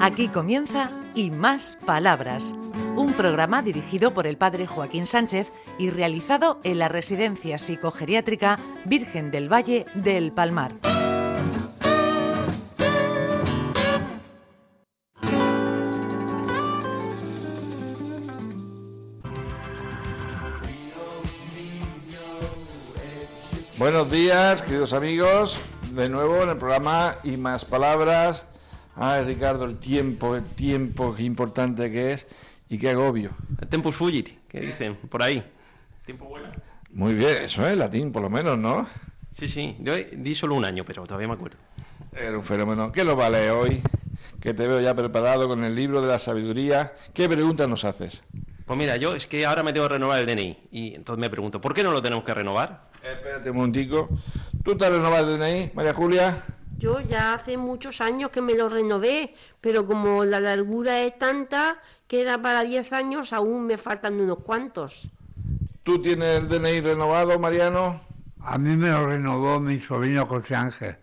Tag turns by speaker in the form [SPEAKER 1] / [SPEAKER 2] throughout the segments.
[SPEAKER 1] Aquí comienza Y Más Palabras, un programa dirigido por el padre Joaquín Sánchez y realizado en la Residencia Psicogeriátrica Virgen del Valle del Palmar.
[SPEAKER 2] Buenos días, queridos amigos. De nuevo en el programa y más palabras. Ay, Ricardo, el tiempo, el tiempo, qué importante que es y qué agobio.
[SPEAKER 3] El tempus fugit, que dicen por ahí. Tiempo vuela.
[SPEAKER 2] Muy bien, eso es latín, por lo menos, ¿no?
[SPEAKER 3] Sí, sí. Yo di solo un año, pero todavía me acuerdo.
[SPEAKER 2] Era un fenómeno. ¿Qué lo vale hoy? Que te veo ya preparado con el libro de la sabiduría. ¿Qué preguntas nos haces?
[SPEAKER 3] Pues mira, yo es que ahora me tengo que renovar el DNI. Y entonces me pregunto, ¿por qué no lo tenemos que renovar?
[SPEAKER 2] Eh, Espérate un momentico. ¿Tú te has renovado el DNI, María Julia?
[SPEAKER 4] Yo ya hace muchos años que me lo renové, pero como la largura es tanta, que era para 10 años, aún me faltan unos cuantos.
[SPEAKER 2] ¿Tú tienes el DNI renovado, Mariano?
[SPEAKER 5] A mí me lo renovó mi sobrino José Ángel.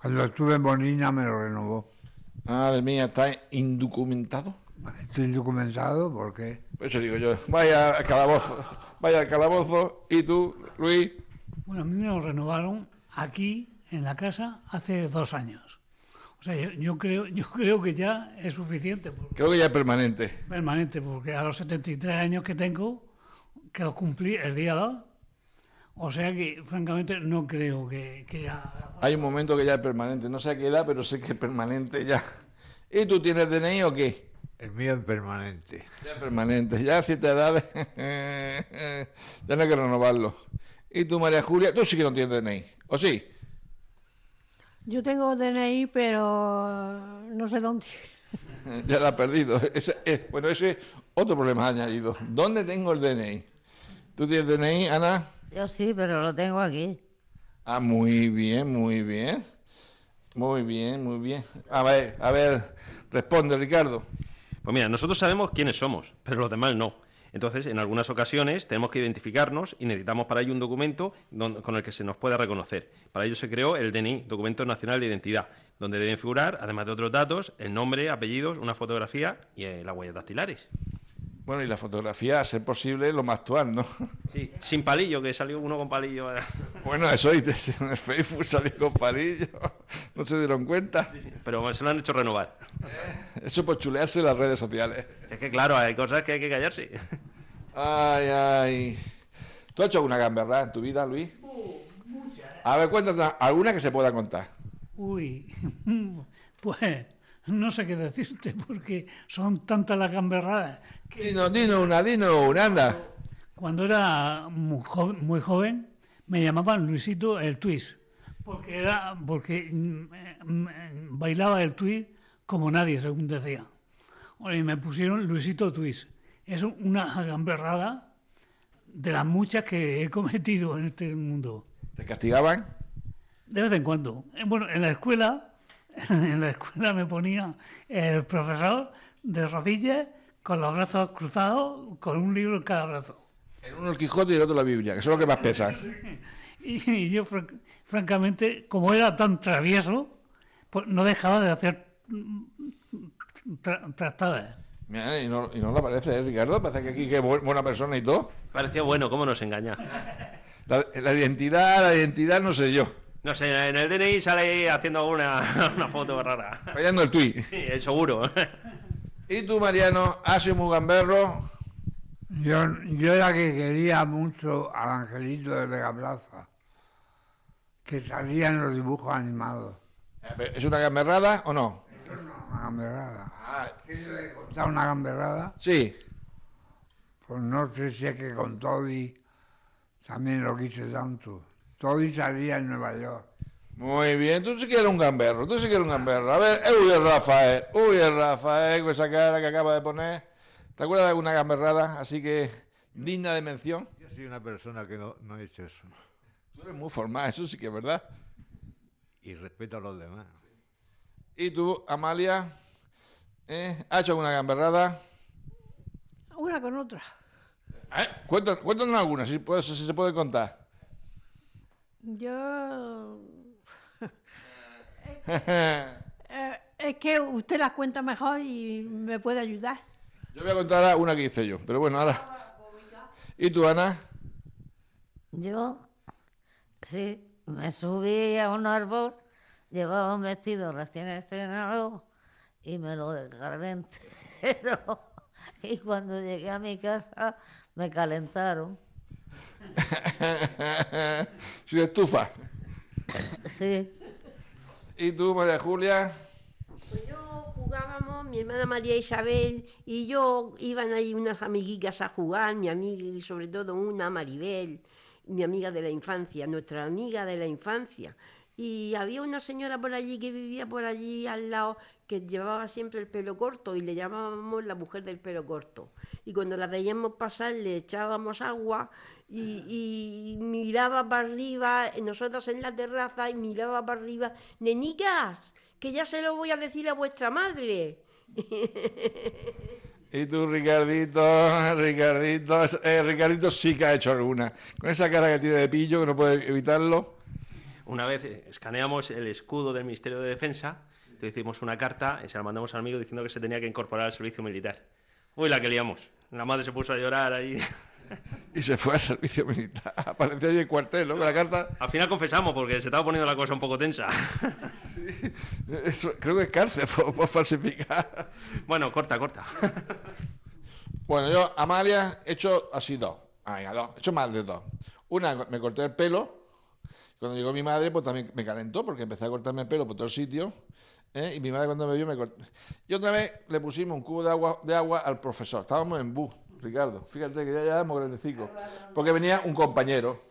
[SPEAKER 5] Cuando estuve en Bonina me lo renovó.
[SPEAKER 2] Madre mía, ¿está indocumentado?
[SPEAKER 5] Estoy indocumentado porque...
[SPEAKER 2] Eso digo yo. Vaya al calabozo. Vaya al calabozo. ¿Y tú, Luis?
[SPEAKER 6] Bueno, a mí me lo renovaron aquí en la casa hace dos años. O sea, yo, yo creo, yo creo que ya es suficiente. porque-
[SPEAKER 2] Creo que ya es permanente.
[SPEAKER 6] Permanente, porque a los 73 años que tengo, que los cumplí el día 2, o sea que francamente no creo que, que ya...
[SPEAKER 2] Hay un momento que ya es permanente. No sé a qué edad, pero sé que es permanente ya. ¿Y tú tienes DNI o qué?
[SPEAKER 7] El mío es permanente.
[SPEAKER 2] Ya es permanente. Ya a cierta edad ya no hay que renovarlo. ¿Y tú, María Julia? Tú sí que no tienes DNI. ¿O sí?
[SPEAKER 8] Yo tengo DNI, pero no sé dónde.
[SPEAKER 2] Ya la has perdido. Ese es- bueno, ese es otro problema añadido. ¿Dónde tengo el DNI? ¿Tú tienes DNI, Ana?
[SPEAKER 9] Yo sí, pero lo tengo aquí.
[SPEAKER 2] Ah, muy bien, muy bien. Muy bien, muy bien. A ver, a ver, responde Ricardo.
[SPEAKER 3] Pues mira, nosotros sabemos quiénes somos, pero los demás no. Entonces, en algunas ocasiones tenemos que identificarnos y necesitamos para ello un documento don- con el que se nos pueda reconocer. Para ello se creó el DNI, Documento Nacional de Identidad, donde deben figurar, además de otros datos, el nombre, apellidos, una fotografía y eh, las huellas dactilares.
[SPEAKER 2] Bueno, y la fotografía, a ser posible, lo más actual, ¿no?
[SPEAKER 3] Sí, sin palillo, que salió uno con palillo.
[SPEAKER 2] Bueno, eso dices, en el Facebook salió con palillo. No se dieron cuenta.
[SPEAKER 3] Pero se lo han hecho renovar.
[SPEAKER 2] Eso por chulearse las redes sociales.
[SPEAKER 3] Es que claro, hay cosas que hay que callarse.
[SPEAKER 2] Ay, ay. ¿Tú has hecho alguna gamberra en tu vida, Luis? A ver, cuéntanos alguna que se pueda contar.
[SPEAKER 6] Uy, pues no sé qué decirte, porque son tantas las gamberradas.
[SPEAKER 2] Dinos, dinos una, dinos una, anda.
[SPEAKER 6] Cuando era muy joven, muy joven, me llamaban Luisito el Twist, porque, era, porque mm, eh, mm, eh, bailaba el Twist como nadie, según decía. Bueno, Y me pusieron Luisito Twist. Es una gamberrada de las muchas que he cometido en este mundo.
[SPEAKER 2] ¿Te castigaban?
[SPEAKER 6] De vez en cuando. Eh, Bueno, en la escuela, en la escuela me ponía el profesor de rodillas con los brazos cruzados, con un libro en cada brazo.
[SPEAKER 2] El uno el Quijote y el otro la Biblia, que son los que más pesan.
[SPEAKER 6] Y, y yo, fran- francamente, como era tan travieso, pues no dejaba de hacer mm, tra- trastadas.
[SPEAKER 2] Mira, y no, y no lo parece, ¿eh, Ricardo? Parece que aquí que bu- buena persona y todo.
[SPEAKER 3] Parecía bueno, ¿cómo nos engaña?
[SPEAKER 2] La, la identidad, la identidad, no sé yo.
[SPEAKER 3] No sé, en el DNI sale haciendo una, una foto rara.
[SPEAKER 2] Fallando el tuit.
[SPEAKER 3] Sí, es seguro.
[SPEAKER 2] ¿Y tú, Mariano? ¿Has sido muy gamberro?
[SPEAKER 5] Yo, yo era que quería mucho al angelito de Vega Plaza, que salía en los dibujos animados.
[SPEAKER 2] ¿Es una gamberrada o no?
[SPEAKER 5] Una gamberrada.
[SPEAKER 2] Ah,
[SPEAKER 5] Da una gamberrada,
[SPEAKER 2] sí.
[SPEAKER 5] pues no sé si es que con Toddy también lo quise tanto. Toddy salía en Nueva York.
[SPEAKER 2] Muy bien, tú sí que eres un gamberro, tú sí que eres un gamberro. A ver, eh, uy, el Rafael, uy, el Rafael, con esa cara que acaba de poner. ¿Te acuerdas de alguna gamberrada así que digna de mención?
[SPEAKER 7] Yo soy una persona que no, no he hecho eso.
[SPEAKER 2] Tú eres muy formal, eso sí que es verdad.
[SPEAKER 7] Y respeto a los demás.
[SPEAKER 2] ¿Y tú, Amalia? ¿Eh? ¿Has hecho alguna gamberrada?
[SPEAKER 8] Una con otra.
[SPEAKER 2] Eh, Cuéntanos, cuéntanos alguna, si, puedes- si se puede contar.
[SPEAKER 8] Yo. eh, Es, es que usted las cuenta mejor y me puede ayudar.
[SPEAKER 2] Yo voy a contar ahora una que hice yo, pero bueno, ahora. ¿Y tú, Ana?
[SPEAKER 9] Yo, sí, me subí a un árbol, llevaba un vestido recién estrenado y me lo desgarré entero. Y cuando llegué a mi casa me calentaron.
[SPEAKER 2] Sin estufa.
[SPEAKER 9] Sí,
[SPEAKER 2] ¿Y tú, María Julia?
[SPEAKER 4] Pues yo jugábamos, mi hermana María Isabel y yo iban ahí unas amiguitas a jugar, mi amiga y sobre todo una, Maribel, mi amiga de la infancia, nuestra amiga de la infancia. Y había una señora por allí que vivía por allí al lado que llevaba siempre el pelo corto y le llamábamos la mujer del pelo corto. Y cuando la veíamos pasar le echábamos agua y, y miraba para arriba, nosotros en la terraza y miraba para arriba, nenicas, que ya se lo voy a decir a vuestra madre.
[SPEAKER 2] ¿Y tú, Ricardito? Ricardito, eh, Ricardito sí que ha hecho alguna. Con esa cara que tiene de pillo, que no puede evitarlo.
[SPEAKER 3] Una vez eh, escaneamos el escudo del Ministerio de Defensa, entonces hicimos una carta y se la mandamos al amigo diciendo que se tenía que incorporar al servicio militar. Uy, la que liamos. La madre se puso a llorar ahí.
[SPEAKER 2] Y se fue al servicio militar. Apareció allí el cuartel, ¿no? Con la carta.
[SPEAKER 3] Al final confesamos porque se estaba poniendo la cosa un poco tensa.
[SPEAKER 2] Eso, creo que es cárcel por, por falsificar.
[SPEAKER 3] Bueno, corta, corta.
[SPEAKER 2] Bueno, yo, Amalia, he hecho así dos. Ah, venga, dos. He hecho más de dos. Una, me corté el pelo. Cuando llegó mi madre, pues también me calentó porque empecé a cortarme el pelo por todos sitios. ¿eh? Y mi madre cuando me vio me cortó. Y otra vez le pusimos un cubo de agua, de agua al profesor. Estábamos en bus, Ricardo. Fíjate que ya llevábamos grandecicos. Porque venía un compañero.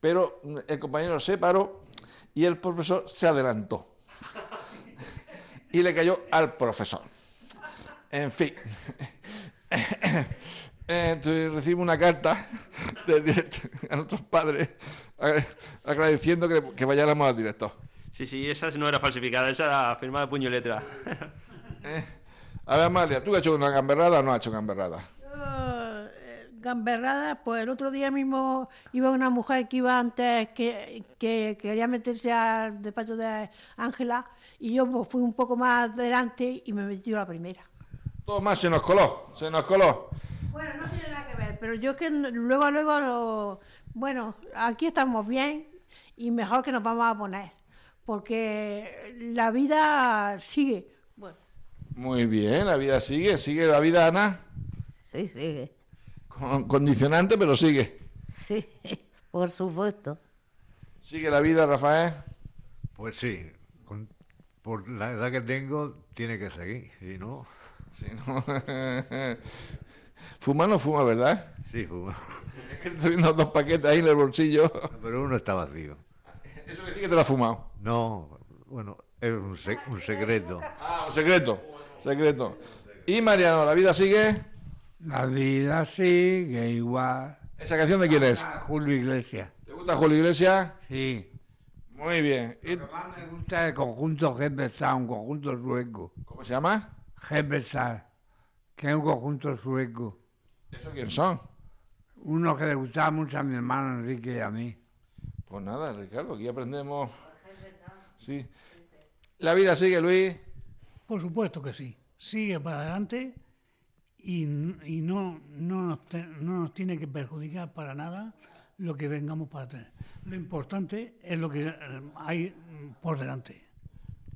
[SPEAKER 2] Pero mm, el compañero se paró y el profesor se adelantó. Y le cayó al profesor. En fin. Entonces recibimos Eh, una carta de directo- a nuestros padres ag- agradeciendo que, que vayáramos al director.
[SPEAKER 3] Sí, sí, esa no era falsificada, esa era firmada de puño y letra.
[SPEAKER 2] A ver, Amalia, ¿tú has hecho una gamberrada o no has hecho gamberrada?
[SPEAKER 8] Yo, eh, Gamberrada, pues el otro día mismo iba una mujer que iba antes, que, que quería meterse al despacho de Ángela, y yo pues, fui un poco más adelante y me metió la primera.
[SPEAKER 2] Todo más se nos coló, se nos coló.
[SPEAKER 8] Bueno, no tiene nada que ver, pero yo es que n- luego, luego, lo- bueno, aquí estamos bien y mejor que nos vamos a poner, porque la vida sigue. Bueno,
[SPEAKER 2] Muy bien, la vida sigue, sigue la vida, Ana.
[SPEAKER 9] sí, sigue.
[SPEAKER 2] Con- condicionante, pero sigue.
[SPEAKER 9] Sí, por supuesto.
[SPEAKER 2] Sigue la vida, Rafael.
[SPEAKER 7] Pues sí, con- por la edad que tengo, tiene que seguir. Si no,
[SPEAKER 2] Sí, ¿no? Fuma no fuma, ¿verdad?
[SPEAKER 7] sí, pues, fuma.
[SPEAKER 2] Estoy viendo dos paquetes ahí en el bolsillo.
[SPEAKER 7] Pero uno está vacío.
[SPEAKER 2] Eso que sí que te lo has fumado.
[SPEAKER 7] No, bueno, es un, se- un secreto.
[SPEAKER 2] Ah, un secreto, secreto. Y Mariano, ¿la vida sigue?
[SPEAKER 5] La vida sigue igual.
[SPEAKER 2] ¿Esa canción de quién es?
[SPEAKER 5] Ah, Julio Iglesias.
[SPEAKER 2] ¿Te gusta Julio Iglesias?
[SPEAKER 5] Sí.
[SPEAKER 2] Muy bien. ¿Y
[SPEAKER 5] Lo que más me gusta es el conjunto Jefe Sound, un conjunto sueco.
[SPEAKER 2] ¿Cómo se llama?
[SPEAKER 5] Jefe Sound, que es un conjunto sueco.
[SPEAKER 2] ¿Eso quién son?
[SPEAKER 5] Uno que le gustaba mucho a mi hermano Enrique y a mí.
[SPEAKER 2] Pues nada, Ricardo, aquí aprendemos. Sí. La vida sigue, Luis.
[SPEAKER 6] Por supuesto que sí. Sigue para adelante y, n- y no, no, nos te- no nos tiene que perjudicar para nada lo que vengamos para atrás. Lo importante es lo que eh, hay mm, por delante.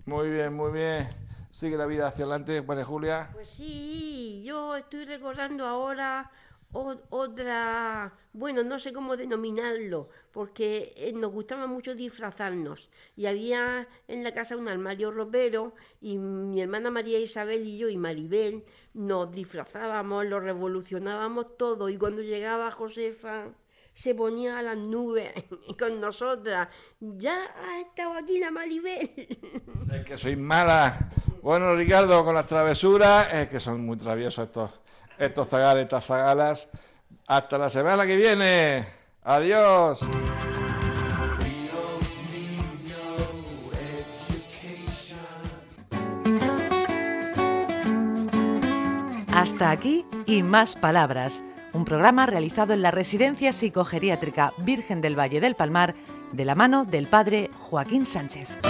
[SPEAKER 2] Muy bien, muy bien. Sigue la vida hacia adelante, María Julia.
[SPEAKER 4] Pues sí, yo estoy recordando ahora o- otra, bueno, no sé cómo denominarlo, porque eh, nos gustaba mucho disfrazarnos. Y había en la casa un armario ropero y mi hermana María Isabel y yo y Maribel nos disfrazábamos, lo revolucionábamos todo y cuando llegaba Josefa se ponía a las nubes con nosotras. Ya ha estado aquí la Maribel.
[SPEAKER 2] Es que sois mala. Bueno, Ricardo, con las travesuras, es que son muy traviesos estos, estos zagales, estas zagalas. Hasta la semana que viene. Adiós.
[SPEAKER 1] Hasta aquí Y Más Palabras, un programa realizado en la Residencia Psicogeriátrica Virgen del Valle del Palmar de la mano del padre Joaquín Sánchez.